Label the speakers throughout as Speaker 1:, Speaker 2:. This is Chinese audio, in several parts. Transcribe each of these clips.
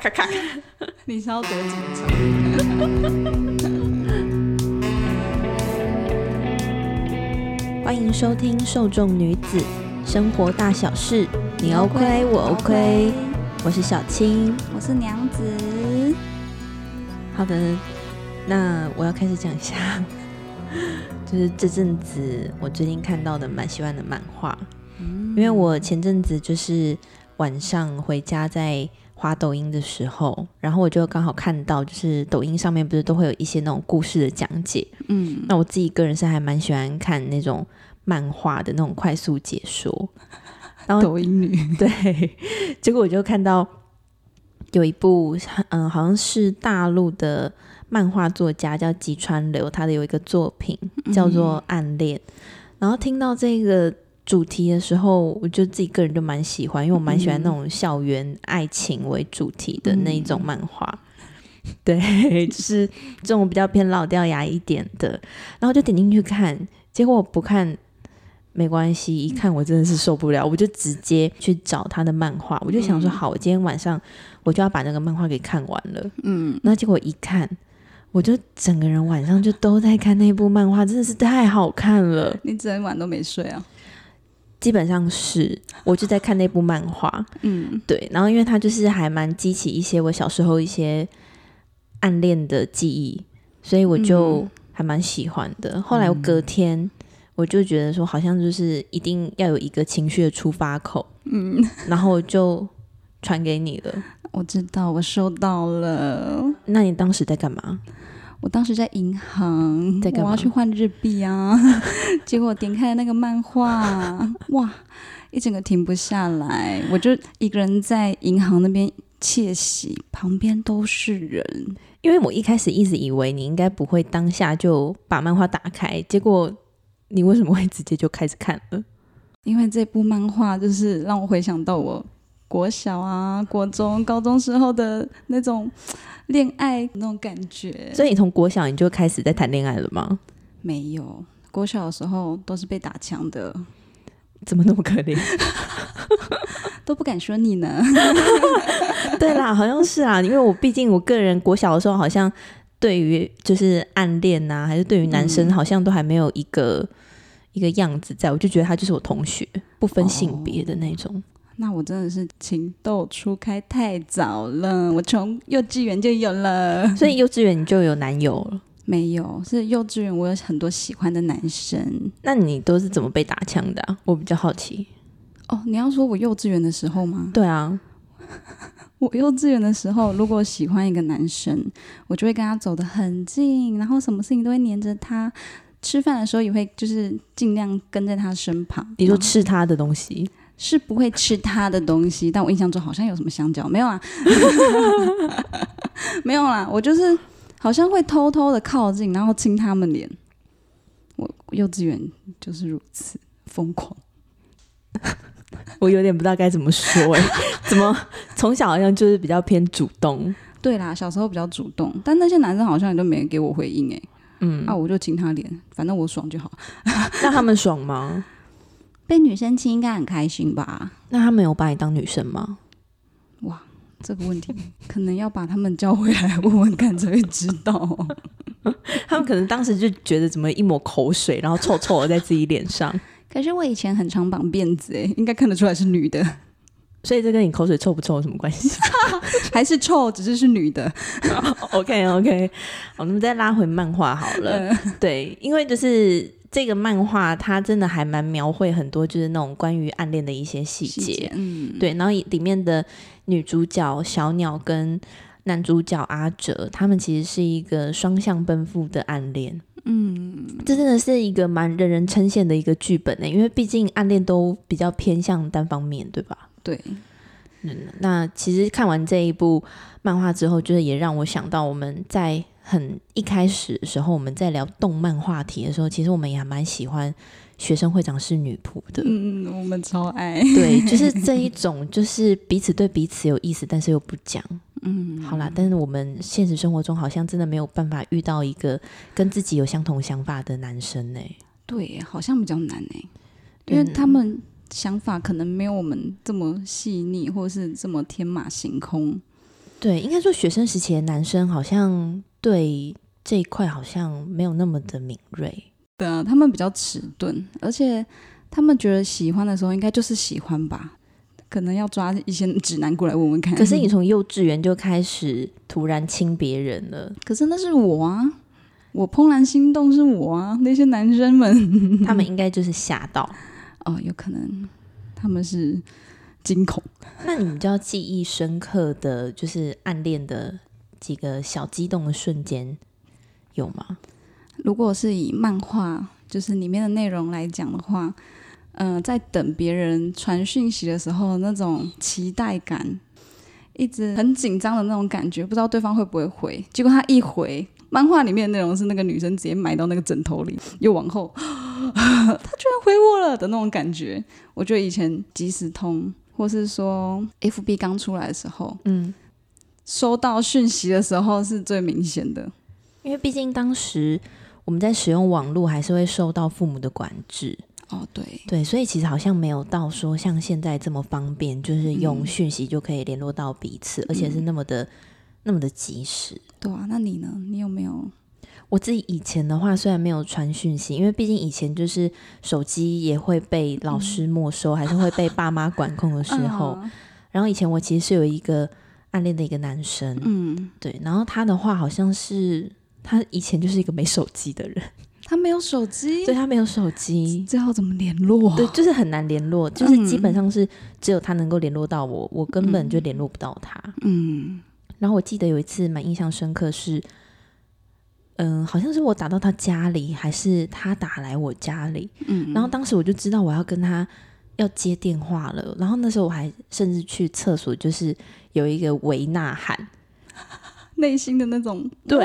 Speaker 1: 咔咔咔。
Speaker 2: 你是要得紧张？
Speaker 3: 欢迎收听《受众女子生活大小事》，你 OK 我 OK，我是小青。
Speaker 2: 我是娘子。
Speaker 3: 好的，那我要开始讲一下， 就是这阵子我最近看到的蛮喜欢的漫画，
Speaker 2: 嗯
Speaker 3: 因为我前阵子就是晚上回家在滑抖音的时候，然后我就刚好看到，就是抖音上面不是都会有一些那种故事的讲解，
Speaker 2: 嗯，
Speaker 3: 那我自己个人是还蛮喜欢看那种漫画的那种快速解说，然后
Speaker 2: 抖音女，
Speaker 3: 对，结果我就看到有一部，嗯、好像是大陆的漫画作家叫吉川流，他的有一个作品叫做《暗恋》，然后听到这个主题的时候，我就自己个人就蛮喜欢，因为我蛮喜欢那种校园爱情为主题的那一种漫画。 对，就是这种比较偏老掉牙一点的，然后就点进去看，结果我不看没关系，一看我真的是受不了，我就直接去找他的漫画，我就想说，好，我今天晚上我就要把那个漫画给看完了。
Speaker 2: 嗯，
Speaker 3: 那结果一看，我就整个人晚上就都在看那部漫画，真的是太好看了。
Speaker 2: 你整晚都没睡啊？
Speaker 3: 基本上是我就在看那部漫画，
Speaker 2: 嗯
Speaker 3: 对，然后因为它就是还蛮激起一些我小时候一些暗恋的记忆，所以我就
Speaker 2: 嗯
Speaker 3: 还蛮喜欢的。后来我隔天我就觉得说，好像就是一定要有一个情绪的出发口，
Speaker 2: 嗯，
Speaker 3: 然后我就传给你了。
Speaker 2: 我知道，我收到了。
Speaker 3: 那你当时在干嘛？
Speaker 2: 我当时在银行，
Speaker 3: 在干
Speaker 2: 嗯我
Speaker 3: 嘛
Speaker 2: 要去换日币 啊，结果点开了那个漫 画，哇，一整个停不下来，我就一个人在银行那边窃喜，旁边都是人，
Speaker 3: 因为我一开始一直以为你应该不会当下就把漫画打开，结果你为什么会直接就开始看了？
Speaker 2: 因为这部漫画就是让我回想到我国小啊、国中、高中时候的那种恋爱那种感觉，
Speaker 3: 所以你从国小你就开始在谈恋爱了吗？
Speaker 2: 没有。国小的时候都是被打枪的，
Speaker 3: 怎么那么可怜？
Speaker 2: 都不敢说你呢。
Speaker 3: 对啦，好像是啊，因为我毕竟我个人国小的时候好像对于就是暗恋呐、还是对于男生好像都还没有一个、一个样子在，我就觉得他就是我同学，不分性别的那种。
Speaker 2: 那我真的是情窦初开太早了，我从幼稚园就有了。
Speaker 3: 所以幼稚园你就有男友了，
Speaker 2: 没有，是幼稚园我有很多喜欢的男生。
Speaker 3: 那你都是怎么被打枪的啊、我比较好奇。
Speaker 2: 哦，你要说我幼稚园的时候吗？
Speaker 3: 对啊，
Speaker 2: 我幼稚园的时候，如果喜欢一个男生，我就会跟他走得很近，然后什么事情都会黏着他。吃饭的时候也会就是尽量跟在他身旁。
Speaker 3: 你说
Speaker 2: 然后
Speaker 3: 吃他的东西，
Speaker 2: 是不会吃他的东西，但我印象中好像有什么香蕉，没有啊， 没有啦，我就是好像会偷偷的靠近，然后亲他们脸。我幼稚园就是如此疯狂，
Speaker 3: 我有点不知道该怎么说哎、 怎么从小好像就是比较偏主动，
Speaker 2: 对啦，小时候比较主动，但那些男生好像也都没给我回应哎、
Speaker 3: 嗯，
Speaker 2: 啊，我就亲他脸，反正我爽就好。
Speaker 3: 那他们爽吗？
Speaker 2: 被女生亲应该很开心吧？
Speaker 3: 那他们有把你当女生吗？
Speaker 2: 哇，这个问题 可能要把他们叫回来问问看才会知道哦、
Speaker 3: 他们可能当时就觉得怎么一抹口水，然后臭臭的在自己脸上，
Speaker 2: 可是我以前很常绑辫子哎、应该看得出来是女的。
Speaker 3: 所以这跟你口水臭不臭有什么关 系
Speaker 2: 还是臭，只是是女的。
Speaker 3: ？OK OK，好， 那么再拉回漫画好了。
Speaker 2: 嗯
Speaker 3: 对，因为就是这个漫画，它真的还蛮描绘很多就是那种关于暗恋的一些细节。，
Speaker 2: 嗯，
Speaker 3: 对，然后里面的女主角小鸟跟男主角阿哲，他们其实是一个双向奔赴的暗恋。嗯，这真的是一个蛮人人称羡的一个剧本欸呢、因为毕竟暗恋都比较偏向单方面，对吧？
Speaker 2: 对，
Speaker 3: 嗯，那其实看完这一部漫画之后，就是也让我想到我们在很一开始的时候，我们在聊动漫话题的时候，其实我们也还蛮喜欢学生会长是女仆的。
Speaker 2: 嗯，我们超爱，
Speaker 3: 对，就是这一种，就是彼此对彼此有意思，但是又不讲。
Speaker 2: 嗯，
Speaker 3: 好啦，但是我们现实生活中好像真的没有办法遇到一个跟自己有相同想法的男生呢、
Speaker 2: 对，好像比较难哎、因为
Speaker 3: 嗯
Speaker 2: 他们想法可能没有我们这么细腻，或是这么天马行空。
Speaker 3: 对，应该说学生时期的男生好像对这一块好像没有那么的敏锐。
Speaker 2: 对啊，他们比较迟钝，而且他们觉得喜欢的时候应该就是喜欢吧，可能要抓一些指南过来问问看。
Speaker 3: 可是你从幼稚园就开始突然亲别人了，
Speaker 2: 可是那是我啊，我怦然心动是我啊，那些男生们
Speaker 3: 他们应该就是吓到。
Speaker 2: 哦，有可能他们是惊恐。
Speaker 3: 那你们就要记忆深刻的就是暗恋的几个小激动的瞬间有吗？
Speaker 2: 如果是以漫画就是里面的内容来讲的话，嗯、在等别人传讯息的时候，那种期待感，一直很紧张的那种感觉，不知道对方会不会回。结果他一回，漫画里面的内容是那个女生直接埋到那个枕头里，又往后， 他居然回我了的那种感觉。我觉得以前即时通或是说 FB 刚出来的时候，
Speaker 3: 嗯，
Speaker 2: 收到讯息的时候是最明显的。
Speaker 3: 因为毕竟当时我们在使用网络还是会受到父母的管制，
Speaker 2: 哦，对，
Speaker 3: 对，所以其实好像没有到说像现在这么方便，就是用
Speaker 2: 嗯
Speaker 3: 讯息就可以联络到彼此，而且是那么的、那么的及时。
Speaker 2: 对啊，那你呢？你有没有？
Speaker 3: 我自己以前的话，虽然没有传讯息，因为毕竟以前就是手机也会被老师没收，还是会被爸妈管控的时候。
Speaker 2: 啊
Speaker 3: 然后以前我其实是有一个暗恋的一个男生，
Speaker 2: 嗯，
Speaker 3: 对，然后他的话好像是他以前就是一个没手机的人，
Speaker 2: 他没有手机，
Speaker 3: 对他没有手机，
Speaker 2: 这要怎么联络啊？
Speaker 3: 对，就是很难联络，就是基本
Speaker 2: 嗯
Speaker 3: 上是只有他能够联络到我，我根本就
Speaker 2: 嗯
Speaker 3: 联络不到他。
Speaker 2: 嗯，
Speaker 3: 然后我记得有一次蛮印象深刻是，嗯，好像是我打到他家里，还是他打来我家里，
Speaker 2: 嗯
Speaker 3: 然后当时我就知道我要跟他要接电话了，然后那时候我还甚至去厕所，就是有一个维呐喊，
Speaker 2: 内心的那种，
Speaker 3: 对。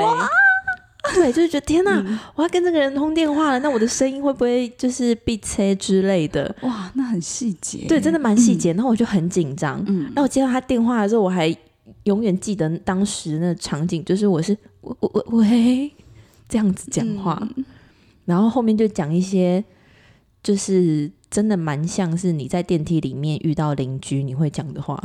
Speaker 3: 对，就是觉得天哪，
Speaker 2: 嗯
Speaker 3: 我要跟这个人通电话了，那我的声音会不会就是被切之类的？
Speaker 2: 哇，那很细节，
Speaker 3: 对，真的，蛮细节。然后我就很紧张，
Speaker 2: 嗯
Speaker 3: 然，后我接到他电话的时候，我还永远记得当时那场景，就是我是我我我喂这样子讲话，
Speaker 2: 嗯
Speaker 3: 然后后面就讲一些，就是真的蛮像是你在电梯里面遇到邻居你会讲的话，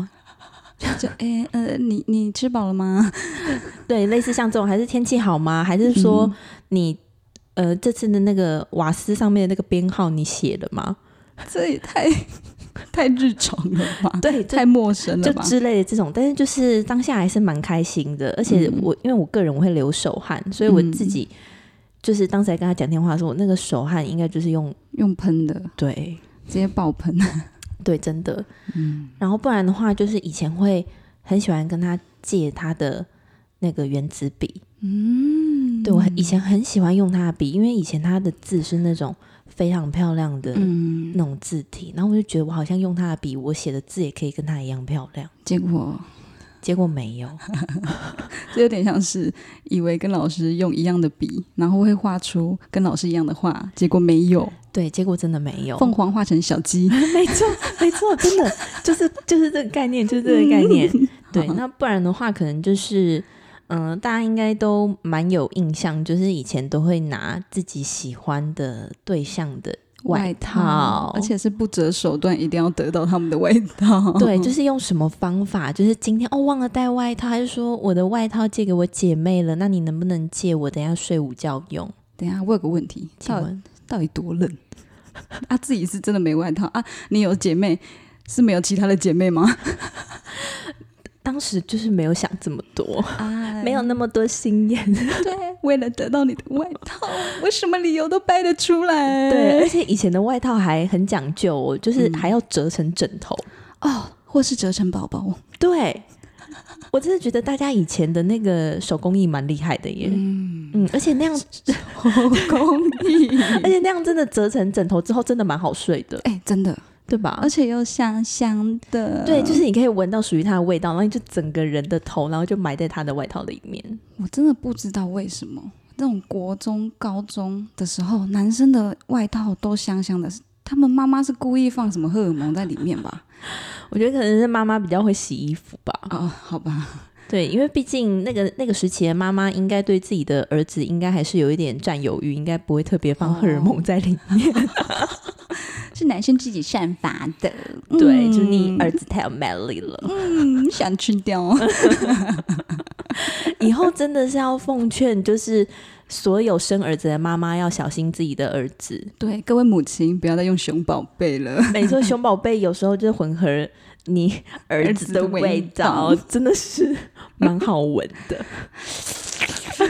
Speaker 2: 就哎呃，你你吃饱了吗？
Speaker 3: 对，类似像这种，还是天气好吗？还是说
Speaker 2: 嗯
Speaker 3: 你、呃这次的那个瓦斯上面的那个编号你写了吗？
Speaker 2: 这也 太太日常了吧？
Speaker 3: 对，就
Speaker 2: 太陌生
Speaker 3: 就
Speaker 2: 了吧？
Speaker 3: 之类的这种，但是就是当下还是蛮开心的，而且
Speaker 2: 嗯
Speaker 3: 我、因为我个人我会流手汗，所以我
Speaker 2: 嗯
Speaker 3: 自己、就是当时在跟他讲电话的时候，我那个手汗应该就是用
Speaker 2: 用喷的，
Speaker 3: 对
Speaker 2: 直接爆喷，
Speaker 3: 对真的，
Speaker 2: 嗯，
Speaker 3: 然后不然的话就是以前会很喜欢跟他借他的那个原子笔，嗯，对我很以前很喜欢用他的笔，因为以前他的字是那种非常漂亮的
Speaker 2: 嗯，
Speaker 3: 那种字体，然后我就觉得我好像用他的笔，我写的字也可以跟他一样漂亮，
Speaker 2: 结果
Speaker 3: 结果没有。
Speaker 2: 这有点像是以为跟老师用一样的笔，然后会画出跟老师一样的画，结果没有，
Speaker 3: 对，结果真的没有。
Speaker 2: 凤凰画成小鸡，
Speaker 3: 没错，没错，真的就是就是这个概念，就是这个概念。
Speaker 2: 嗯
Speaker 3: 对，那不然的话，可能就是嗯、呃大家应该都蛮有印象，就是以前都会拿自己喜欢的对象 的外套，
Speaker 2: 嗯而且是不择手段，一定要得到他们的外套。
Speaker 3: 对，就是用什么方法，就是今天哦忘了带外套，还是说我的外套借给我姐妹了，那你能不能借我？等一下睡午觉用？
Speaker 2: 等一下，我有个问题，
Speaker 3: 请
Speaker 2: 到底
Speaker 3: 问
Speaker 2: 到底多冷？啊，自己是真的没外套啊？你有姐妹是没有其他的姐妹吗？
Speaker 3: 当时就是没有想这么多，
Speaker 2: 啊
Speaker 3: 没有，那么多心眼。
Speaker 2: 对，为了得到你的外套，我什么理由都掰得出来。
Speaker 3: 对，而，且以前的外套还很讲究、哦，就是
Speaker 2: 嗯
Speaker 3: 还要折成枕头。
Speaker 2: 哦，或是折成宝宝，
Speaker 3: 对，我真的觉得大家以前的那个手工艺蛮厉害的耶。
Speaker 2: 嗯，
Speaker 3: 嗯，而且那样，
Speaker 2: 好公 益。
Speaker 3: 而且那样真的折成枕头之后，真的蛮好睡的，
Speaker 2: 哎、真的，
Speaker 3: 对吧嗯
Speaker 2: 而？且又香香的。
Speaker 3: 对，就是你可以闻到属于它的味道，然后你就整个人的头，然后就埋在它的外套里面。
Speaker 2: 我真的不知道为什么那种国中、高中的时候，男生的外套都香香的，是他们妈妈是故意放什么荷尔蒙在里面吧？
Speaker 3: 我觉得可能是妈妈比较会洗衣服吧。
Speaker 2: 哦，好吧，
Speaker 3: 对，因为毕竟那个那个时期的妈妈，应该对自己的儿哦子应该还是有一点占有欲，应该不会特别放荷尔蒙在里面。
Speaker 2: 是男生自己散发的，
Speaker 3: 对，
Speaker 2: 嗯
Speaker 3: 就是你儿子太有魅力了。
Speaker 2: 嗯，想吃掉。
Speaker 3: 以后真的是要奉劝，就是所有生儿子的妈妈要小心自己的儿 子。
Speaker 2: 对，各位母亲不要再用熊宝贝了，
Speaker 3: 没错，熊宝贝有时候就是混合你儿子的味
Speaker 2: 儿
Speaker 3: 道，
Speaker 2: 子的味
Speaker 3: 真的是蛮好闻的。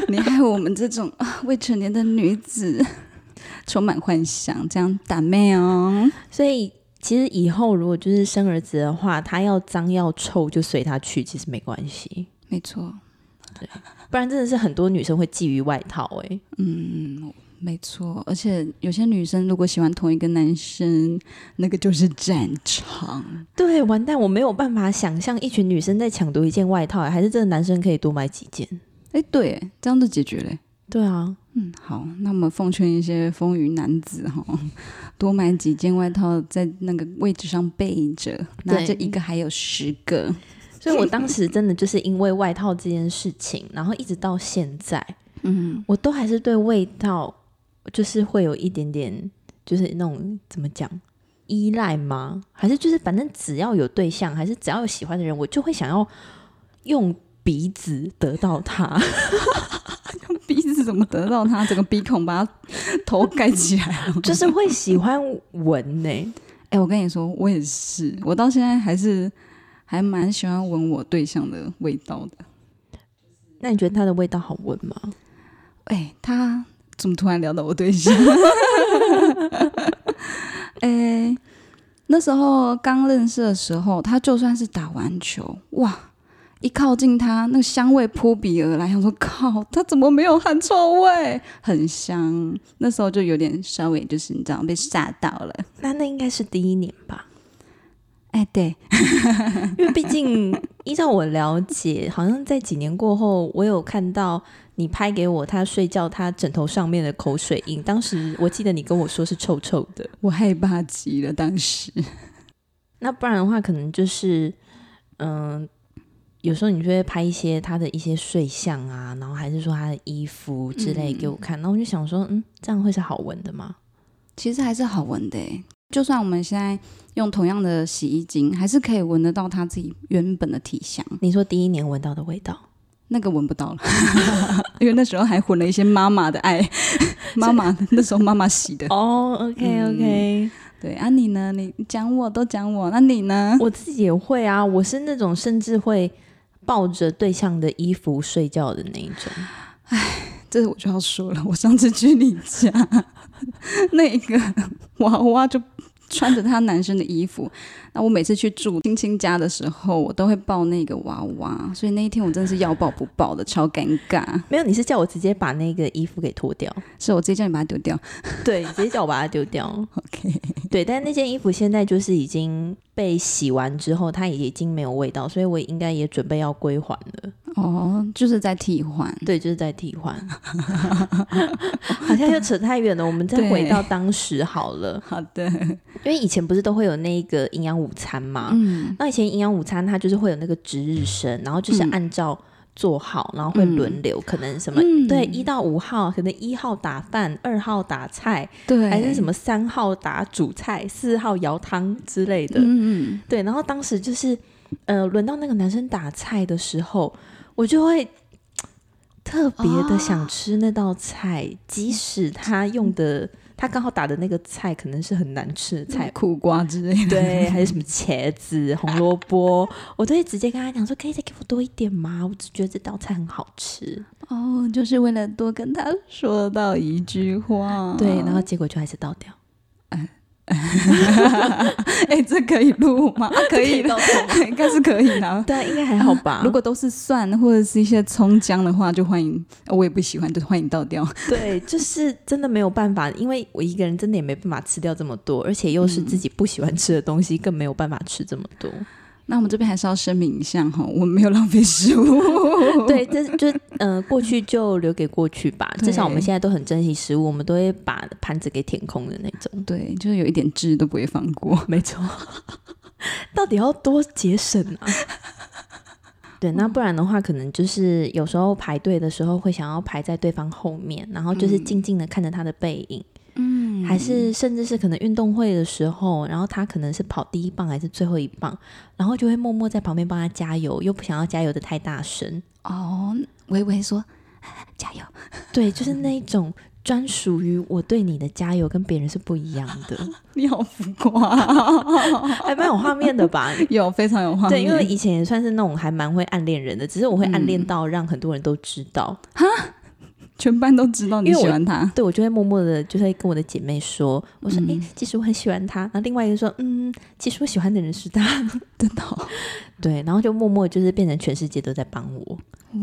Speaker 2: 你害我们这种啊未成年的女子 充满幻想，这样打妹哦。
Speaker 3: 所以其实以后如果就是生儿子的话，他要脏要臭就随他去，其实没关系。
Speaker 2: 没错，
Speaker 3: 不然真的是很多女生会觊觎外套哎、
Speaker 2: 嗯，没错。而且有些女生如果喜欢同一个男生，那个就是战场。
Speaker 3: 对，完蛋，我没有办法想象一群女生在抢夺一件外套、欸，还是这个男生可以多买几件？
Speaker 2: 哎，对，这样就解决了。
Speaker 3: 对啊，
Speaker 2: 嗯，好，那我们奉劝一些风云男子哈、 多买几件外套，在那个位置上备着，
Speaker 3: 对
Speaker 2: 拿着一个还有十个。
Speaker 3: 所以我当时真的就是因为外套这件事情，然后一直到现在，
Speaker 2: 嗯，
Speaker 3: 我都还是对味道就是会有一点点，就是那种怎么讲依赖吗？还是就是反正只要有对象，还是只要有喜欢的人，我就会想要用鼻子得到 他。
Speaker 2: 鼻子怎么得到它？整个鼻孔把它头盖起来 了。
Speaker 3: 就是会喜欢闻欸呢、
Speaker 2: 哎、我跟你说，我也是，我到现在还是还蛮喜欢闻我对象的味道的。
Speaker 3: 那你觉得它的味道好闻吗？
Speaker 2: 哎、他怎么突然聊到我对 象？哎、那时候刚认识的时候，他就算是打完球，哇！一靠近他，那香味扑鼻而来，想说靠，他怎么没有汗臭味？很香。那时候就有点稍微就是你知道被吓到了。
Speaker 3: 那那应该是第一年吧，
Speaker 2: 哎、对，
Speaker 3: 因为毕竟依照我了解，好像在几年过后，我有看到你拍给我他睡觉他枕头上面的口水印，当时我记得你跟我说是臭臭的。
Speaker 2: 我害怕极了，当时。
Speaker 3: 那不然的话，可能就是，嗯、有时候你就会拍一些他的一些睡相啊，然后还是说他的衣服之类给我看，然后我就想说，嗯，这样会是好闻的吗？
Speaker 2: 其实还是好闻的欸，就算我们现在用同样的洗衣精，还是可以闻得到它自己原本的体香，
Speaker 3: 你说第一年闻到的味道，
Speaker 2: 那个闻不到了， 因为那时候还混了一些妈妈的 爱，妈妈那时候妈妈洗的。
Speaker 3: 哦、o k OK，、
Speaker 2: 对啊，你呢？你讲我都讲我，那你呢？
Speaker 3: 我自己也会啊，我是那种甚至会抱着对象的衣服睡觉的那一种。
Speaker 2: 这我就要说了，我上次去你家， 那个娃娃就穿着她男生的衣服。那我每次去住青青家的时候，我都会抱那个娃娃，所以那一天我真的是要抱不抱的，超尴尬。
Speaker 3: 没有，你是叫我直接把那个衣服给脱掉？
Speaker 2: 是我直接叫你把它丢掉。
Speaker 3: 对，直接叫我把它丢掉。
Speaker 2: OK，
Speaker 3: 对，但那件衣服现在就是已经被洗完之后，它已经没有味道，所以我应该也准备要归还了。
Speaker 2: 哦，就是在替换。
Speaker 3: 对，就是在替换。 好像又扯太远了，我们再回
Speaker 2: 对
Speaker 3: 到当时好了，
Speaker 2: 好的，
Speaker 3: 因为以前不是都会有那个营养午餐嘛？
Speaker 2: 嗯，
Speaker 3: 那以前营养午餐它就是会有那个值日生，然后就是
Speaker 2: 嗯
Speaker 3: 按照做好，然后会轮流，可能什么、
Speaker 2: 嗯
Speaker 3: 对一到五号，可能一号打饭，二号打菜，
Speaker 2: 对，
Speaker 3: 还是什
Speaker 2: 么
Speaker 3: 么三号打主菜，四号舀汤之类的。
Speaker 2: 嗯嗯，
Speaker 3: 对，然后当时就是，呃，轮到那个男生打菜的时候，我就会特别的想吃那道菜，即使他用的他刚好打的那个菜可能是很难吃的菜，
Speaker 2: 苦瓜之类 的。
Speaker 3: 嗯对，还有什么茄子、红萝卜，我都会直接跟他讲说，可以再给我多一点吗？我只觉得这道菜很好吃。
Speaker 2: 哦，就是为了多跟他说到一句话。
Speaker 3: 对，然后结果就还是倒掉，
Speaker 2: 哎、这可以录吗？啊、可以 的，
Speaker 3: 倒掉。
Speaker 2: 应该是可以的。
Speaker 3: 对啊，应该还好吧。
Speaker 2: 如果都是蒜或者是一些葱姜的话，就欢迎。呃我也不喜欢，就欢迎倒掉。
Speaker 3: 对，就是真的没有办法，因为我一个人真的也没办法吃掉这么多，而且又是自己不喜欢吃的东 西，更没有办法吃这么多。
Speaker 2: 那我们这边还是要声明一下哈，我们没有浪费食物。
Speaker 3: 对，这就嗯、呃，过去就留给过去 吧。至少我们
Speaker 2: 对
Speaker 3: 现在都很珍惜食物，我们都会把盘子给填空的那种。
Speaker 2: 对，就是有一点汁都不会放过。
Speaker 3: 没错，到底要多节省 啊？对，那不然的话，可能就是有时候嗯排队的时候会想要排在对方后面，然后就是静静的看着他的背影，
Speaker 2: 嗯嗯
Speaker 3: 还是甚至是可能运动会的时候，然后他可能是跑第一棒还是最后一棒，然后就会默默在旁边帮他加油，又不想要加油的太大声，
Speaker 2: 哦，微微说 加油，
Speaker 3: 对，就是那一种专属于我对你的加油跟别人是不一样的，
Speaker 2: 你好浮夸，
Speaker 3: 还蛮有 画面的吧？
Speaker 2: 有非常有画
Speaker 3: 对，
Speaker 2: 面，
Speaker 3: 因为以前也算是那种还蛮会暗恋人的，只是我会暗恋到让很多人都知道。
Speaker 2: 全班都知道你
Speaker 3: 因为
Speaker 2: 喜
Speaker 3: 我
Speaker 2: 欢他，
Speaker 3: 对我就会默默的，就是会跟我的姐妹说，我说，哎、
Speaker 2: 嗯
Speaker 3: 其实我很喜欢他。然后另外一个说，嗯，其实我喜欢的人是他。
Speaker 2: 真的哦
Speaker 3: 对，然后就默默就是变成全世界都在帮我。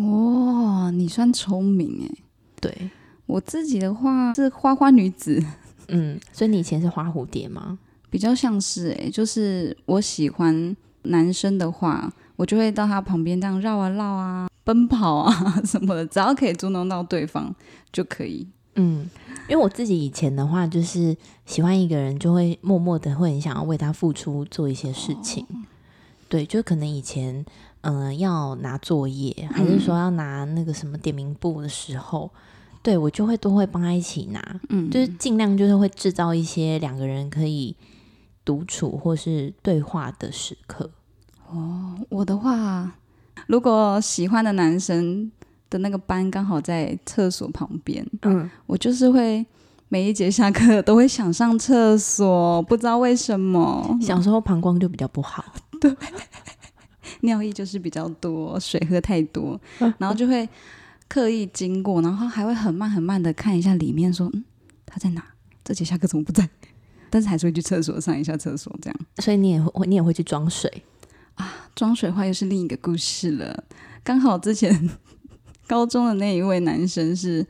Speaker 2: 哇、你算聪明哎。
Speaker 3: 对，
Speaker 2: 我自己的话是花花女子，
Speaker 3: 嗯，所以你以前是花蝴蝶吗？
Speaker 2: 比较像是哎、就是我喜欢男生的话，我就会到他旁边这样绕啊绕啊，奔跑啊 什么的，只要可以捉弄到对方就可以。
Speaker 3: 嗯，因为我自己以前的话，就是喜欢一个人，就会默默的会很想要为他付出做一些事情。对，就可能以前，嗯、要拿作业，还是说要拿那个什么点名簿的时候，对我就会都会帮他一起拿，
Speaker 2: 嗯，
Speaker 3: 就是尽量就是会制造一些两个人可以独处或是对话的时刻。
Speaker 2: 我的话，如果喜欢的男生的那个班刚好在厕所旁边，
Speaker 3: 嗯，
Speaker 2: 我就是会每一节下课都会想上厕所，不知道为什么，
Speaker 3: 小时候膀胱就比较不好，
Speaker 2: 尿意就是比较多，水喝太多，然后就会刻意经过，然后还会很慢很慢的看一下里面，说嗯他在哪？这节下课怎么不在？但是还是会去厕所上一下厕所，这样
Speaker 3: 所以你也会你也会去装水。
Speaker 2: 装水话又是另一个故事了。刚好之前 高中的那一位男生是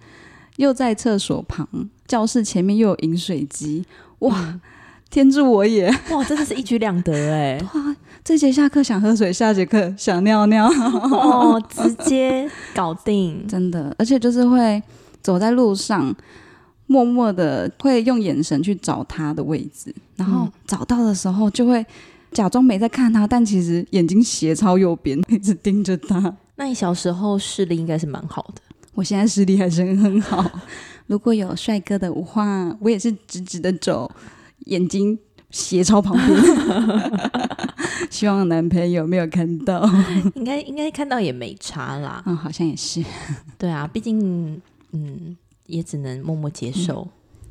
Speaker 2: 又在厕所旁，教室前面又有饮水机，哇，天助我也！
Speaker 3: 哇，真的是一举两得哎、
Speaker 2: 这节下课想喝水，下节课想尿尿。
Speaker 3: 哦，直接搞定。
Speaker 2: 啊 真的，而且就是会走在路上，默默的会用眼神去找他的位置，然后
Speaker 3: 嗯
Speaker 2: 找到的时候就会假装没在看他，但其实眼睛斜朝右边，一直盯着他。
Speaker 3: 那你小时候视力应该是蛮好的，
Speaker 2: 我现在视力还是很 好，如果有帅哥的话，我也是直直的走，眼睛斜朝旁边。 希望男朋友没有看到，
Speaker 3: 应该应该看到也没差啦。
Speaker 2: 嗯，好像也是。
Speaker 3: 对啊，毕竟嗯，也只能默默接受。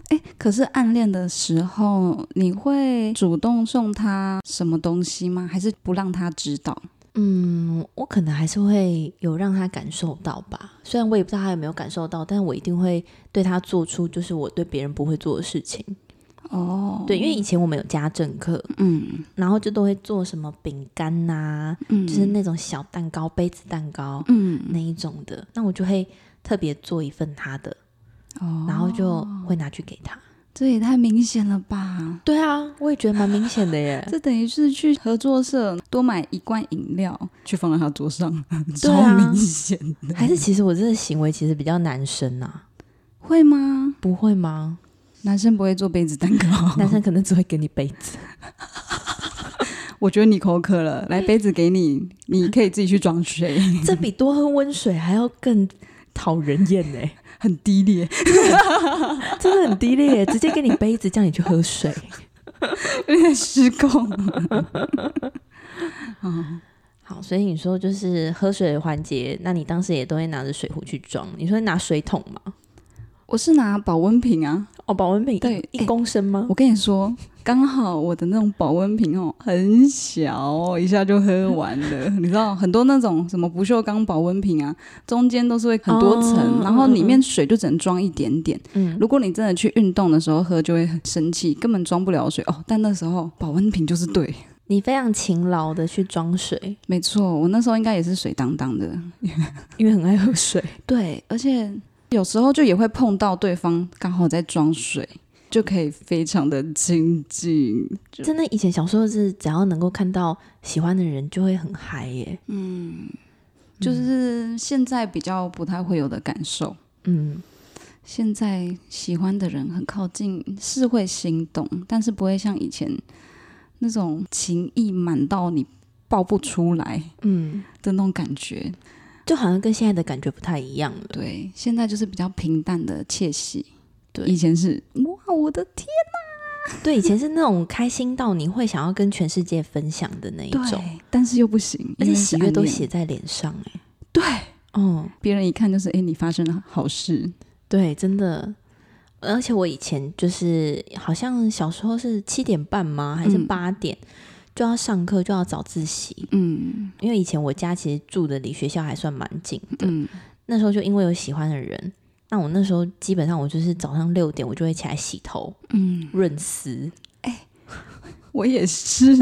Speaker 2: 哎，可是暗恋的时候，你会主动送他什么东西吗？还是不让他知道？
Speaker 3: 嗯，我可能还是会有让他感受到吧，虽然我也不知道他有没有感受到，但我一定会对他做出就是我对别人不会做的事情。
Speaker 2: 哦，
Speaker 3: 对，因为以前我们有家政课，
Speaker 2: 嗯
Speaker 3: 然后就都会做什么饼干呐、
Speaker 2: 嗯，
Speaker 3: 就是那种小蛋糕、杯子蛋糕，
Speaker 2: 嗯，
Speaker 3: 那一种的，那我就会特别做一份他的，
Speaker 2: 哦，
Speaker 3: 然后就会拿去给他。
Speaker 2: 这也太明显了吧？
Speaker 3: 对啊，我也觉得蛮明显的耶
Speaker 2: 这等于是去合作社多买一罐饮料，去放在他桌上，
Speaker 3: 对
Speaker 2: 超
Speaker 3: 啊
Speaker 2: 明显的，
Speaker 3: 还是其实我这个行为其实比较男生啊，
Speaker 2: 会吗？
Speaker 3: 不会吗？
Speaker 2: 男生不会做杯子蛋糕，
Speaker 3: 男生可能只会给你杯子。
Speaker 2: 我觉得你口渴了，来杯子给你，你可以自己去装 水，
Speaker 3: 这比多喝温水还要更讨人厌呢、
Speaker 2: 很低劣。
Speaker 3: 真的很低劣耶，直接给你杯子叫你去喝水。
Speaker 2: 有点失控。嗯，
Speaker 3: 好，所以你说就是喝水的环节，那你当时也都会拿着水壶去装，你说拿水桶吗？
Speaker 2: 我是拿保温瓶啊。
Speaker 3: 哦，保温瓶一
Speaker 2: 对
Speaker 3: 一
Speaker 2: 哎
Speaker 3: 公升吗？
Speaker 2: 我跟你说，刚好我的那种保温瓶哦，很小哦、一下就喝完了。 你知道，很多那种什么不锈钢保温瓶啊，中间都是会很多层，
Speaker 3: 哦
Speaker 2: 然后里面水就只能装一点点。
Speaker 3: 嗯，
Speaker 2: 如果你真的去运动的时候喝，就会很生气，根本装不了水哦。但那时候保温瓶就是对，
Speaker 3: 你非常勤劳的去装水，
Speaker 2: 没错，我那时候应该也是水当当的。
Speaker 3: 因为很爱 喝水。
Speaker 2: 对，而且有时候就也会碰到对方刚好在装水，就可以非常的亲近。就
Speaker 3: 真的，以前小时候是只要能够看到喜欢的人，就会很嗨耶。
Speaker 2: 嗯就是现在比较不太会有的感受。
Speaker 3: 嗯，
Speaker 2: 现在喜欢的人很靠近，是会心动，但是不会像以前那种情意满到你爆不出来
Speaker 3: 嗯，
Speaker 2: 的那种感觉。
Speaker 3: 就好像跟现在的感觉不太一样了。
Speaker 2: 对，现在就是比较平淡的窃喜。
Speaker 3: 对
Speaker 2: 以前是哇，我的天，
Speaker 3: 对，以前是那种开心到你会想要跟全世界分享的那一种，
Speaker 2: 对，但是又不行，因
Speaker 3: 而且
Speaker 2: 为
Speaker 3: 喜
Speaker 2: 是
Speaker 3: 悦
Speaker 2: 暗
Speaker 3: 都
Speaker 2: 恋
Speaker 3: 写在脸上、哎，
Speaker 2: 对，
Speaker 3: 嗯，
Speaker 2: 别人一看就是哎、诶你发生了好事，
Speaker 3: 对，真的。而且我以前就是好像小时候是七点半吗？还是
Speaker 2: 嗯
Speaker 3: 八点、就要上课，就要早自习。
Speaker 2: 嗯
Speaker 3: 因为以前我家其实住的离学校还算蛮近的，
Speaker 2: 嗯，
Speaker 3: 那时候就因为有喜欢的人，那我那时候基本上我就是早上六点我就会起来洗头、
Speaker 2: 嗯，
Speaker 3: 润丝，
Speaker 2: 我也是，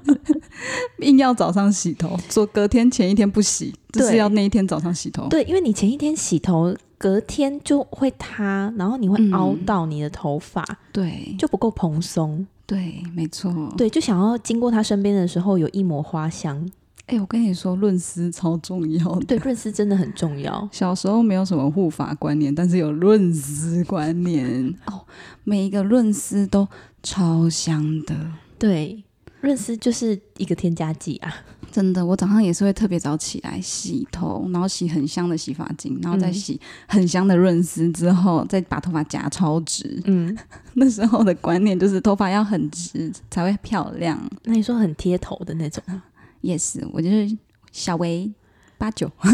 Speaker 2: 硬要早上洗头，说隔天前一天不洗，就是
Speaker 3: 对
Speaker 2: 要那一天早上洗头。
Speaker 3: 对，因为你前一天洗头，隔天就会塌，然后你会
Speaker 2: 嗯
Speaker 3: 凹到你的头发、
Speaker 2: 对
Speaker 3: 就不够蓬松，
Speaker 2: 对，没错。
Speaker 3: 对，就想要经过他身边的时候有一抹花香，
Speaker 2: 哎、我跟你说，论丝超重要的。
Speaker 3: 对，润丝真的很重要。
Speaker 2: 小时候没有什么护发观念，但是有论丝观念哦。每一个论丝都超香的，
Speaker 3: 对，润丝就是一个添加剂啊。
Speaker 2: 真的。我早上也是会特别早起来洗头，然后洗很香的洗发精，然后再
Speaker 3: 嗯
Speaker 2: 洗很香的润丝，之后再把头发夹超直。
Speaker 3: 嗯，
Speaker 2: 那时候的观念就是头发要很直才会漂亮。
Speaker 3: 那你说很贴头的那种 吗，
Speaker 2: 也是，我就是小维八九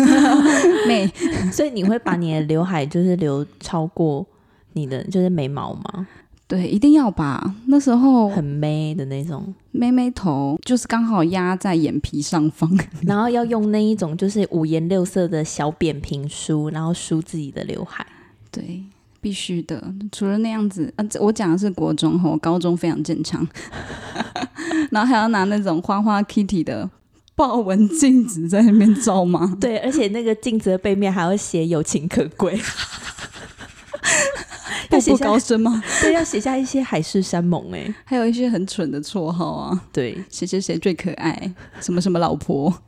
Speaker 2: 妹，
Speaker 3: 所以你会把你的刘海就是留超过你的就是眉毛吗？
Speaker 2: 对，一定要吧。那时候
Speaker 3: 很 m 的那种，
Speaker 2: 妹妹头就是刚好压在眼皮上方，
Speaker 3: 然后要用那一种就是五颜六色的小扁平梳，然后梳自己的刘海。
Speaker 2: 对，必须的。除了那样子，啊，这我讲的是国中吼，高中非常正常， 然后还要拿那种花花 Kitty 的豹纹镜子在那边照吗？
Speaker 3: 对，而且那个镜子的背面还要写“友情可贵
Speaker 2: 步
Speaker 3: 要写
Speaker 2: 步
Speaker 3: 下
Speaker 2: 高升吗？”，
Speaker 3: 对，要写下一些海誓山盟、欸。
Speaker 2: 还有一些很蠢的绰号啊，
Speaker 3: 对，
Speaker 2: 谁谁谁最可爱，什么什么老婆。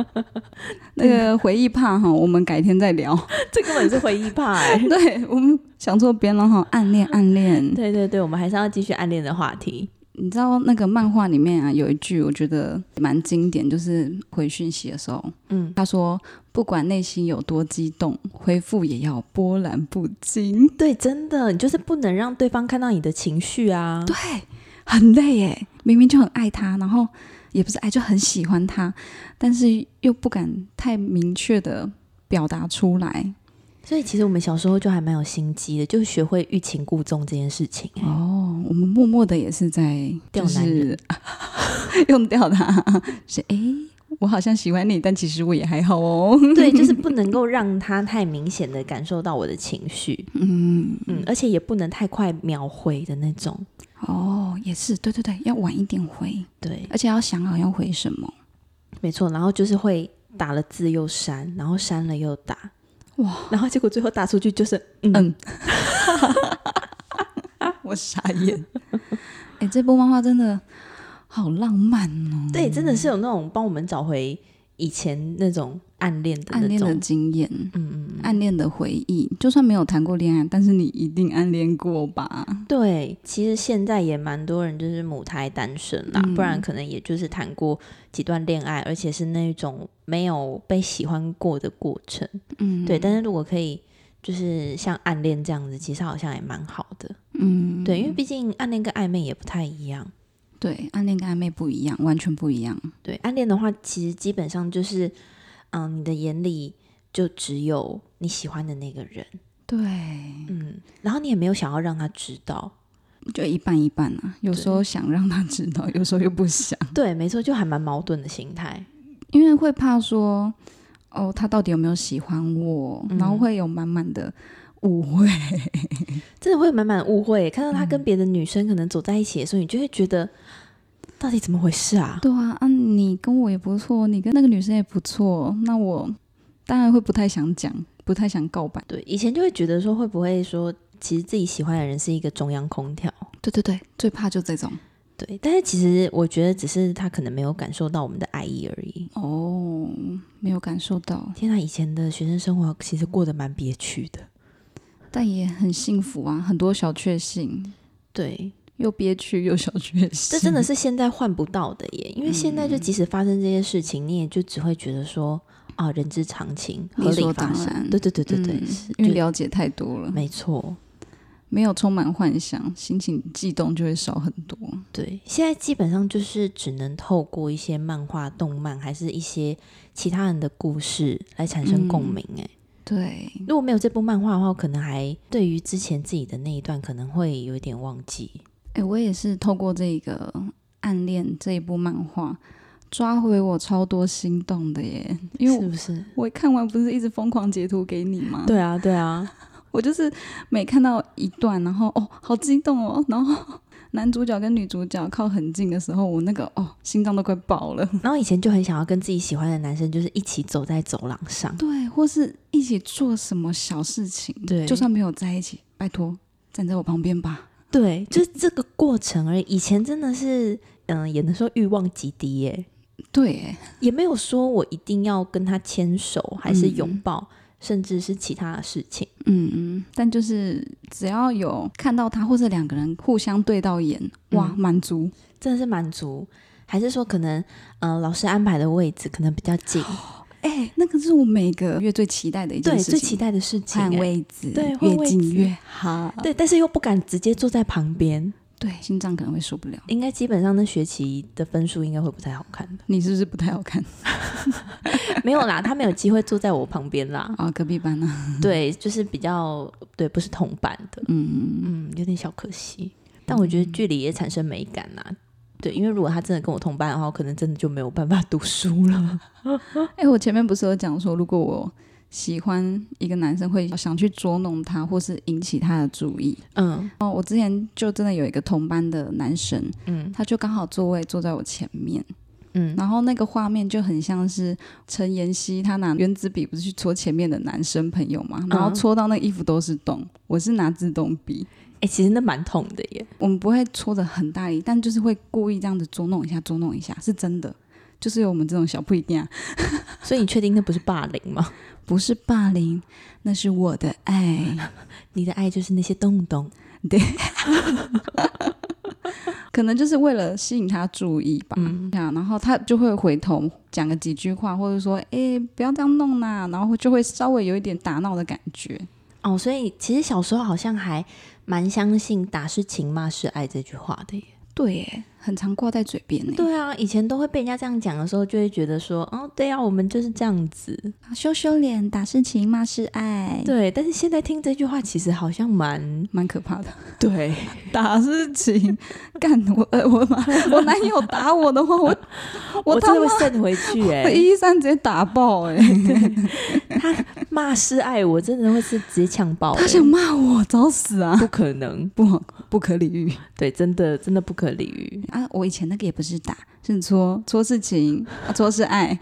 Speaker 2: 那个回忆怕哈，我们改天再聊。
Speaker 3: 这根本是回忆派、欸。
Speaker 2: 对我们想错边了哈，暗恋暗恋。
Speaker 3: 对对对，我们还是要继续暗恋的话题。
Speaker 2: 你知道那个漫画里面啊，有一句我觉得蛮经典，就是回讯息的时候，
Speaker 3: 嗯，
Speaker 2: 他说不管内心有多激动，回复也要波澜不惊。
Speaker 3: 对，真的，你就是不能让对方看到你的情绪啊。
Speaker 2: 对，很累耶，明明就很爱他，然后也不是爱，就很喜欢他，但是又不敢太明确的表达出来。
Speaker 3: 所以其实我们小时候就还蛮有心机的，就学会欲擒故纵这件事 情、欸
Speaker 2: 哦，我们默默的也是在
Speaker 3: 钓
Speaker 2: 就
Speaker 3: 男
Speaker 2: 是 用掉他， 是哎。我好像喜欢你，但其实我也还好哦。
Speaker 3: 对，就是不能够让他太明显的感受到我的情绪，
Speaker 2: 嗯，
Speaker 3: 嗯，而且也不能太快描绘的那种。
Speaker 2: 哦，也是，对对对，要晚一点回，
Speaker 3: 对，
Speaker 2: 而且要想好要回什么。
Speaker 3: 没错。然后就是会打了字又删，然后删了又打，
Speaker 2: 哇，
Speaker 3: 然后结果最后打出去就是嗯，
Speaker 2: 嗯我傻 眼。哎、这部漫画真的好浪漫哦，
Speaker 3: 对，真的是有那种帮我们找回以前那种暗恋 的
Speaker 2: 暗
Speaker 3: 那
Speaker 2: 恋
Speaker 3: 种，
Speaker 2: 的经验，
Speaker 3: 嗯嗯，
Speaker 2: 暗恋的回忆，就算没有谈过恋爱，但是你一定暗恋过吧？
Speaker 3: 对。其实现在也蛮多人就是母胎单身啦，
Speaker 2: 嗯
Speaker 3: 不然可能也就是谈过几段恋爱，而且是那种没有被喜欢过的过程。
Speaker 2: 嗯，
Speaker 3: 对，但是如果可以，就是像暗恋这样子，其实好像也蛮好的。
Speaker 2: 嗯，
Speaker 3: 对，因为毕竟暗恋跟暧昧也不太一样。
Speaker 2: 对，暗恋跟暧昧不一样，完全不一样。
Speaker 3: 对，暗恋的话，其实基本上就是，嗯、你的眼里就只有你喜欢的那个人，
Speaker 2: 对，
Speaker 3: 嗯，然后你也没有想要让他知道。
Speaker 2: 就一半一半啊，有时候想让他知道，有时候又不想，
Speaker 3: 对，没错，就还蛮矛盾的心态。
Speaker 2: 因为会怕说，哦，他到底有没有喜欢我，然后会有满满的误会。
Speaker 3: 真的会有满满的误会，看到他跟别的女生可能走在一起的时候，你就会觉得到底怎么回事啊？
Speaker 2: 对啊，啊，你跟我也不错，你跟那个女生也不错，那我当然会不太想讲，不太想告白。
Speaker 3: 对，以前就会觉得说会不会说，其实自己喜欢的人是一个中央空调。
Speaker 2: 对对对，最怕就这种。
Speaker 3: 对，但是其实我觉得只是他可能没有感受到我们的爱意而已。
Speaker 2: 哦，没有感受到，
Speaker 3: 天啊呐，以前的学生生活其实过得蛮憋屈的。
Speaker 2: 但也很幸福啊，很多小确幸，
Speaker 3: 对，
Speaker 2: 又憋屈又小确幸。嗯
Speaker 3: 这真的是现在换不到的耶，因为现在就即使发生这些事情，你也就只会觉得说，啊、人之常情，合
Speaker 2: 理
Speaker 3: 理
Speaker 2: 所
Speaker 3: 发
Speaker 2: 当
Speaker 3: 生。
Speaker 2: 然
Speaker 3: 对对对对对，
Speaker 2: 嗯
Speaker 3: 是
Speaker 2: 因为
Speaker 3: 就
Speaker 2: 了解太多了，
Speaker 3: 没错。
Speaker 2: 没有充满幻想，心情悸动就会少很多。
Speaker 3: 对，现在基本上就是只能透过一些漫画、动漫，还是一些其他人的故事来产生共
Speaker 2: 嗯
Speaker 3: 鸣。哎、
Speaker 2: 对，
Speaker 3: 如果没有这部漫画的话，我可能还对于之前自己的那一段可能会有一点忘记。
Speaker 2: 哎、我也是透过这个《暗恋》这一部漫画，抓回我超多心动的耶！因为
Speaker 3: 是
Speaker 2: 我嗯
Speaker 3: 不是？
Speaker 2: 我看完不是一直疯狂截图给你吗？，
Speaker 3: 对啊，对啊，
Speaker 2: 我就是每看到一段，然后哦，好激动哦，然后 男主角跟女主角靠很近的时候，我那个哦，心脏都快爆了。
Speaker 3: 然后以前就很想要跟自己喜欢的男生，就是一起走在走廊上。
Speaker 2: 对，或是一起做什么小事情，
Speaker 3: 对
Speaker 2: 嗯就算没有在一起，拜托站在我旁边吧。
Speaker 3: 对，就是这个过程而已。以前真的是，嗯、也能说欲望极低耶，
Speaker 2: 对耶，
Speaker 3: 也没有说我一定要跟他牵手，还是
Speaker 2: 嗯
Speaker 3: 拥抱，甚至是其他的事情。
Speaker 2: 嗯嗯，但就是只要有看到他，或者两个人互相对到眼，哇，
Speaker 3: 嗯
Speaker 2: 满足。
Speaker 3: 真的是满足，还是说可能，嗯、老师安排的位置可能比较近，
Speaker 2: 哎、那个是我每个月最期待的一件
Speaker 3: 对，
Speaker 2: 事情，
Speaker 3: 最期待的事情
Speaker 2: 换
Speaker 3: 欸、
Speaker 2: 位置，
Speaker 3: 对换
Speaker 2: 越
Speaker 3: 位
Speaker 2: 近
Speaker 3: 置
Speaker 2: 越好。
Speaker 3: 对，但是又不敢直接坐在旁边，
Speaker 2: 对，心脏可能会受不了。
Speaker 3: 应该基本上那学期的分数应该会不太好看 的。
Speaker 2: 你是不是不太好看
Speaker 3: 没有啦，他没有机会坐在我旁边啦。
Speaker 2: 啊、隔壁班呢、啊？
Speaker 3: 对，就是比较对，不是同版的，
Speaker 2: 嗯，
Speaker 3: 嗯，有点小可惜。但我觉得距离也产生美感啦。对，因为如果他真的跟我同班的话，我可能真的就没有办法 读书了。
Speaker 2: 哎、我前面不是有讲说，如果我喜欢一个男生，会想去捉弄他，或是引起他的注意。
Speaker 3: 嗯
Speaker 2: 哦，我之前就真的有一个同班的男生，
Speaker 3: 嗯
Speaker 2: 他就刚好座位坐在我前面，
Speaker 3: 嗯，
Speaker 2: 然后那个画面就很像是陈妍希她拿圆珠笔不是去戳前面的男生朋友嘛，然后
Speaker 3: 嗯
Speaker 2: 戳到那个衣服都是洞，我是拿自动笔，
Speaker 3: 哎、其实那蛮痛的耶。
Speaker 2: 我们不会戳的很大力，但就是会故意这样子捉弄一下，捉弄一下，是真的。就是有我们这种小不一定啊，
Speaker 3: 所以你确定那不是霸凌吗？
Speaker 2: 不是霸凌，那是我的哎爱。
Speaker 3: 你的爱就是那些洞洞。
Speaker 2: 可能就是为了吸引他注意吧，
Speaker 3: 嗯
Speaker 2: 这样，然后他就会回头讲个几句话，或者说，哎、不要这样弄啦，然后就会稍微有一点打闹的感觉。
Speaker 3: 哦，所以其实小时候好像还蛮相信“打是情，骂是爱”这句话的耶。
Speaker 2: 对耶，很常挂在嘴边呢。
Speaker 3: 对啊，以前都会被人家这样讲的时候，就会觉得说，哦，对啊，我们就是这样子。
Speaker 2: 羞羞脸，打是情，骂是爱，
Speaker 3: 对，但是现在听这句话，其实好像蛮
Speaker 2: 蛮可怕的。
Speaker 3: 对，
Speaker 2: 打是情，干我呃我妈我男友打我的 话，我
Speaker 3: 我
Speaker 2: 他
Speaker 3: 真的
Speaker 2: 妈
Speaker 3: 会渗回去哎、
Speaker 2: 我一一三直接打爆哎、
Speaker 3: 他骂是爱，我真的会是直接呛爆、 欸
Speaker 2: 他想骂我，找死啊！
Speaker 3: 不可能，
Speaker 2: 不 不可理喻
Speaker 3: 对，真的真的不可理喻。
Speaker 2: 啊！我以前那个也不是打，是戳戳是情，啊戳是爱。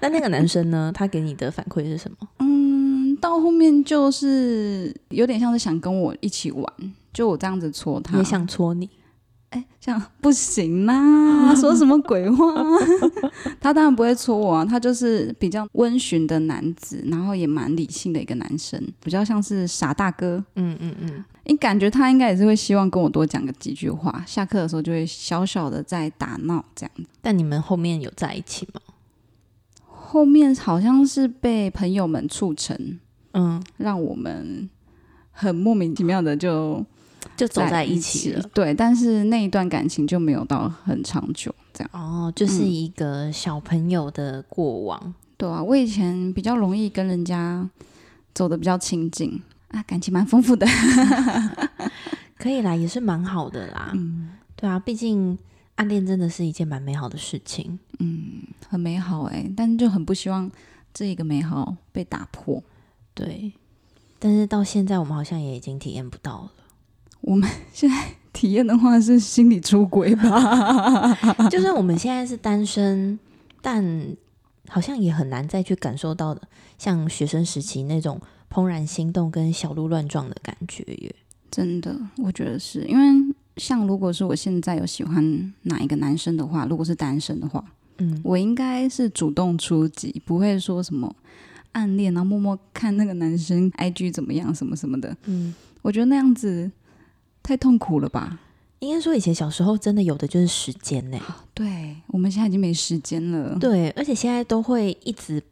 Speaker 3: 那那个男生呢？他给你的反馈是什么？
Speaker 2: 嗯，到后面就是有点像是想跟我一起玩，就我这样子戳他，
Speaker 3: 也想戳你，
Speaker 2: 哎，像不行 啦，说什么鬼话？ 他当然不会戳我啊，他就是比较温驯的男子，然后也蛮理性的一个男生，比较像是傻大哥。
Speaker 3: 嗯嗯嗯，
Speaker 2: 你感觉他应该也是会希望跟我多讲个几句话，下课的时候就会小小的在打闹这样。
Speaker 3: 但你们后面有在一起吗？
Speaker 2: 后面好像是被朋友们促成，
Speaker 3: 嗯，
Speaker 2: 让我们很莫名其妙的就
Speaker 3: 就走在一
Speaker 2: 一
Speaker 3: 起了。
Speaker 2: 对，但是那一段感情就没有到很长久这样。
Speaker 3: 哦，就是一个小朋友的过往，
Speaker 2: 对啊，我以前比较容易跟人家走的比较亲近啊，感情蛮丰富的。
Speaker 3: 可以啦，也是蛮好的啦。
Speaker 2: 嗯
Speaker 3: 对啊，毕竟暗恋真的是一件蛮美好的事情。
Speaker 2: 嗯，很美好哎、但就很不希望这一个美好被打破。
Speaker 3: 对，但是到现在我们好像也已经体验不到了。
Speaker 2: 我们现在体验的话是心理出轨吧？
Speaker 3: 就算我们现在是单身，但好像也很难再去感受到的，像学生时期那种怦然心动跟小鹿乱撞的感觉耶。
Speaker 2: 真的，我觉得是因为像如果是我现在有喜欢哪一个男生的话，如果是单身的话，
Speaker 3: 嗯，
Speaker 2: 我应该是主动出击，不会说什么暗恋，然后默默看那个男生 IG 怎么样，什么什么的。
Speaker 3: 嗯，
Speaker 2: 我觉得那样子太痛苦了吧？
Speaker 3: 应该说以前小时候真的有的就是时间 呢、
Speaker 2: 对我们现在已经没时间了。
Speaker 3: 对，而且现在都会一直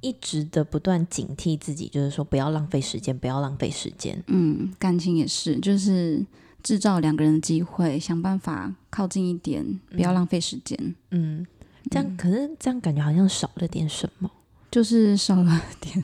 Speaker 3: 一直的不断警惕自己，就是说不要浪费时间，不要浪费时间。
Speaker 2: 嗯，感情也是，就是制造两个人的机会，想办法靠近一点，不要浪费时间。
Speaker 3: 嗯，这样、可是这样感觉好像少了点什么。
Speaker 2: 就是少了点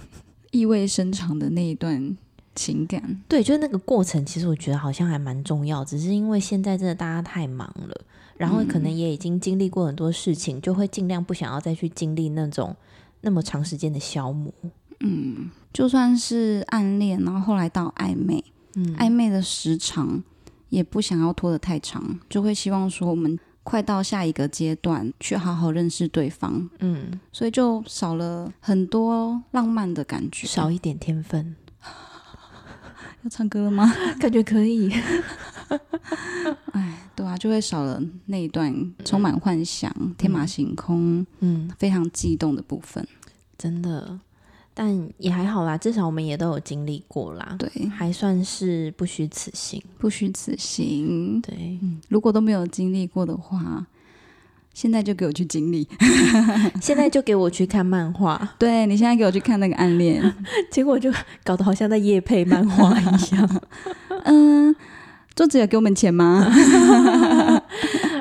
Speaker 2: 意味深长的那一段情感。
Speaker 3: 对，就是那个过程，其实我觉得好像还蛮重要，只是因为现在真的大家太忙了，然后可能也已经经历过很多事情，就会尽量不想要再去经历那种那么长时间的消磨。
Speaker 2: 嗯，就算是暗恋，然后后来到暧昧，
Speaker 3: 嗯，
Speaker 2: 暧昧的时长也不想要拖得太长，就会希望说我们快到下一个阶段去好好认识对方，
Speaker 3: 嗯，
Speaker 2: 所以就少了很多浪漫的感觉。
Speaker 3: 少一点天分，
Speaker 2: 要唱歌了吗？
Speaker 3: 感觉可以。
Speaker 2: 对啊，就会少了那一段充满幻想、天马行空、
Speaker 3: 嗯，
Speaker 2: 非常悸动的部分。
Speaker 3: 真的，但也还好啦，至少我们也都有经历过啦，
Speaker 2: 对，
Speaker 3: 还算是不虚此行。
Speaker 2: 不虚此行。
Speaker 3: 对，
Speaker 2: 如果都没有经历过的话，现在就给我去经历。
Speaker 3: 现在就给我去看漫画。
Speaker 2: 对你现在给我去看那个暗恋，
Speaker 3: 结果就搞得好像在夜配漫画一样。
Speaker 2: 嗯，作者有给我们钱吗？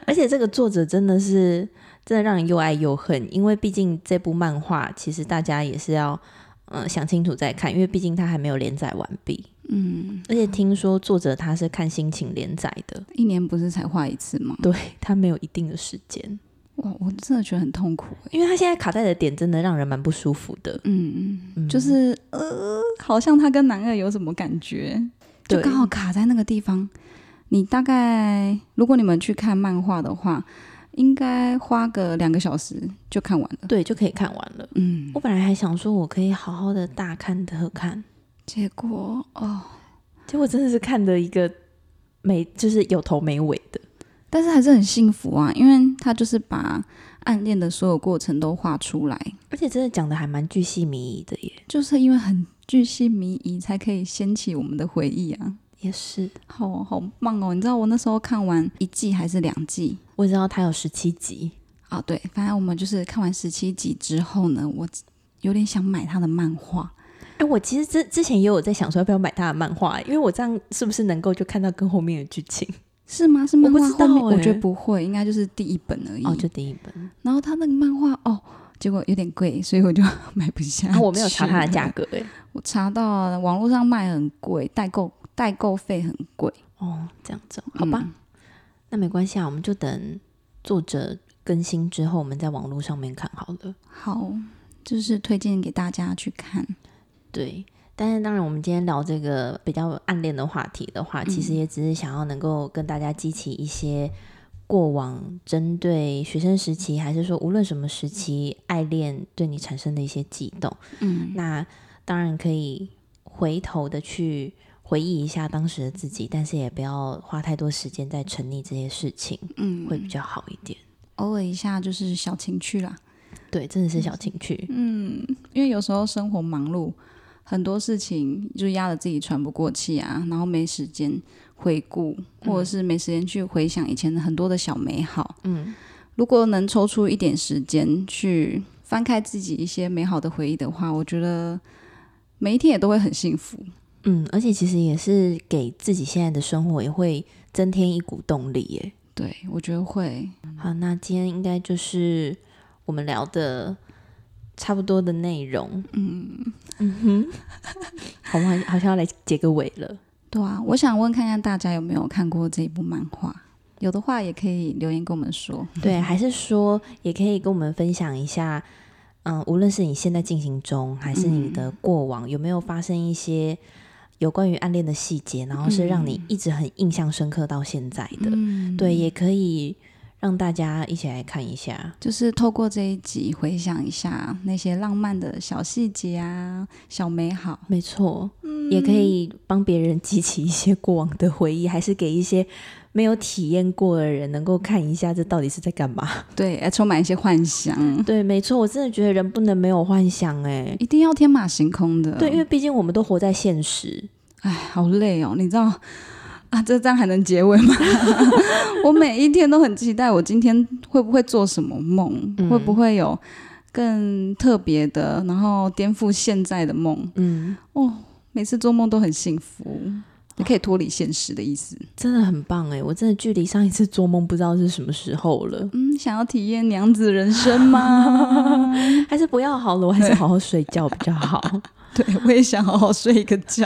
Speaker 3: 而且这个作者真的是真的让人又爱又恨，因为毕竟这部漫画其实大家也是要嗯、呃想清楚再看，因为毕竟它还没有连载完毕。
Speaker 2: 嗯，
Speaker 3: 而且听说作者他是看心情连载的，
Speaker 2: 一年不是才画一次吗？
Speaker 3: 对他没有一定的时间，
Speaker 2: 哇，我真的觉得很痛苦哎、
Speaker 3: 因为他现在卡带的点真的让人蛮不舒服的。
Speaker 2: 嗯，
Speaker 3: 嗯
Speaker 2: 就是呃，好像他跟男二有什么感觉，就
Speaker 3: 对
Speaker 2: 刚好卡在那个地方。你大概如果你们去看漫画的话，应该花个两个小时就看完了。
Speaker 3: 对就可以看完了。
Speaker 2: 嗯，
Speaker 3: 我本来还想说我可以好好的大看特看，
Speaker 2: 结果哦，
Speaker 3: 结果真的是看的一个没就是有头没尾的。
Speaker 2: 但是还是很幸福啊，因为他就是把暗恋的所有过程都画出来，
Speaker 3: 而且真的讲的还蛮巨细靡遗的耶，
Speaker 2: 就是因为很巨细靡遗，才可以掀起我们的回忆啊，
Speaker 3: 也是。
Speaker 2: 好好棒哦！你知道我那时候看完一季还是两季
Speaker 3: 我知道它有十七集，
Speaker 2: 啊？对，反正我们就是看完十七集之后呢，我有点想买他的漫画，
Speaker 3: 哎、我其实之之前也有在想说要不要买它的漫画，因为我这样是不是能够就看到跟后面的剧情？
Speaker 2: 是吗？是漫画
Speaker 3: 我不知道
Speaker 2: 后面
Speaker 3: 欸
Speaker 2: 我觉得不会，应该就是第一本而已。
Speaker 3: 哦，就第一本。
Speaker 2: 然后他那个漫画哦。结果有点贵，所以我就 买不下、
Speaker 3: 啊，我没有查它的价，格哎。
Speaker 2: 我查到网络上卖很贵，代购代购费很贵。
Speaker 3: 哦，这样子哦，好吧，那没关系啊，我们就等作者更新之后，我们在网络上面看好了。
Speaker 2: 好，就是推荐给大家去看。
Speaker 3: 对。但是当然，我们今天聊这个比较暗恋的话题的话，其实
Speaker 2: 嗯
Speaker 3: 也只是想要能够跟大家激起一些过往针对学生时期，还是说无论什么时期爱恋对你产生的一些悸动。
Speaker 2: 嗯，
Speaker 3: 那当然可以回头的去回忆一下当时的自己，但是也不要花太多时间在沉溺这些事情，
Speaker 2: 嗯
Speaker 3: 会比较好一点。
Speaker 2: 偶尔一下就是小情趣啦。
Speaker 3: 对，真的是小情趣。
Speaker 2: 嗯，因为有时候生活忙碌，很多事情就压得自己喘不过气啊，然后没时间回顾，或者是没时间去回想以前的很多的小美好。
Speaker 3: 嗯，
Speaker 2: 如果能抽出一点时间去翻开自己一些美好的回忆的话，我觉得每一天也都会很幸福。
Speaker 3: 嗯，而且其实也是给自己现在的生活也会增添一股动力耶。
Speaker 2: 对，我觉得会。
Speaker 3: 好，那今天应该就是我们聊的差不多的内容。嗯嗯哼，好我们好好像要来结个尾了。
Speaker 2: 对啊，我想问看看大家有没有看过这一部漫画，有的话也可以留言跟我们说。
Speaker 3: 对，还是说也可以跟我们分享一下，嗯，无论是你现在进行中，还是你的过往，有没有发生一些有关于暗恋的细节，然后是让你一直很印象深刻到现在的？
Speaker 2: 嗯，
Speaker 3: 对，也可以让大家一起来看一下。
Speaker 2: 就是透过这一集回想一下那些浪漫的小细节啊，小美好。
Speaker 3: 没错，也可以帮别人激起一些过往的回忆，还是给一些没有体验过的人能够看一下这到底是在干嘛。
Speaker 2: 对，呃充满一些幻想，
Speaker 3: 对，没错，我真的觉得人不能没有幻想哎、
Speaker 2: 一定要天
Speaker 3: 啊
Speaker 2: 马行空的。
Speaker 3: 对，因为毕竟我们都活在现实，
Speaker 2: 哎，好累哦，你知道。啊，这这样还能结尾吗？ 我每一天都很期待，我今天会不会做什么梦，会不会有更特别的，然后颠覆现在的梦。
Speaker 3: 嗯，
Speaker 2: 哦，每次做梦都很幸福，你可以脱离现实的意思。
Speaker 3: 真的很棒哎！我真的距离上一次做梦不知道是什么时候了，
Speaker 2: 嗯，想要体验娘子人生吗？
Speaker 3: 还是不要好了，我还是好好睡觉比较好。
Speaker 2: 对，我也想好好睡一个觉。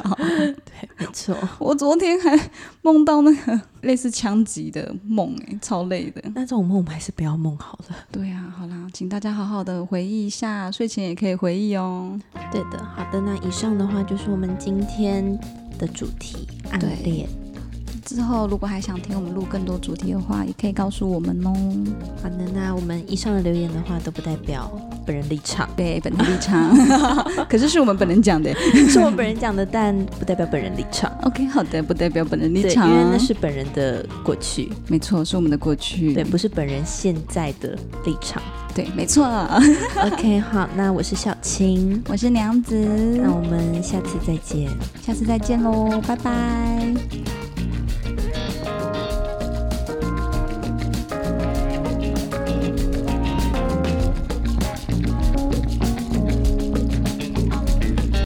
Speaker 3: 没错，
Speaker 2: 我昨天还梦到那个 类似枪击的梦、欸，超累的。
Speaker 3: 那这种梦我们还是不要梦好了。
Speaker 2: 对啊，好啦，请大家好好的回忆一下，睡前也可以回忆哦。
Speaker 3: 对的，好的。那以上的话就是我们今天的主题——暗
Speaker 2: 对
Speaker 3: 恋。
Speaker 2: 之后如果还想听我们录更多主题的话，也可以告诉我们哦。
Speaker 3: 好的，那我们以上的留言的话都不代表本人立场，
Speaker 2: 对，本人立场， 可是是我们本人讲的欸。
Speaker 3: 是我本人讲的，但不代表本人立场。
Speaker 2: OK，好的，不代表本人立
Speaker 3: 对，
Speaker 2: 场，啊
Speaker 3: 因为那是本人的过去，
Speaker 2: 没错，是我们的过去。
Speaker 3: 对，不是本人现在的立场。
Speaker 2: 对，没错。
Speaker 3: OK，好，那我是小青，
Speaker 2: 我是娘子，
Speaker 3: 那我们下次再见。
Speaker 2: 下次再见喽，拜拜。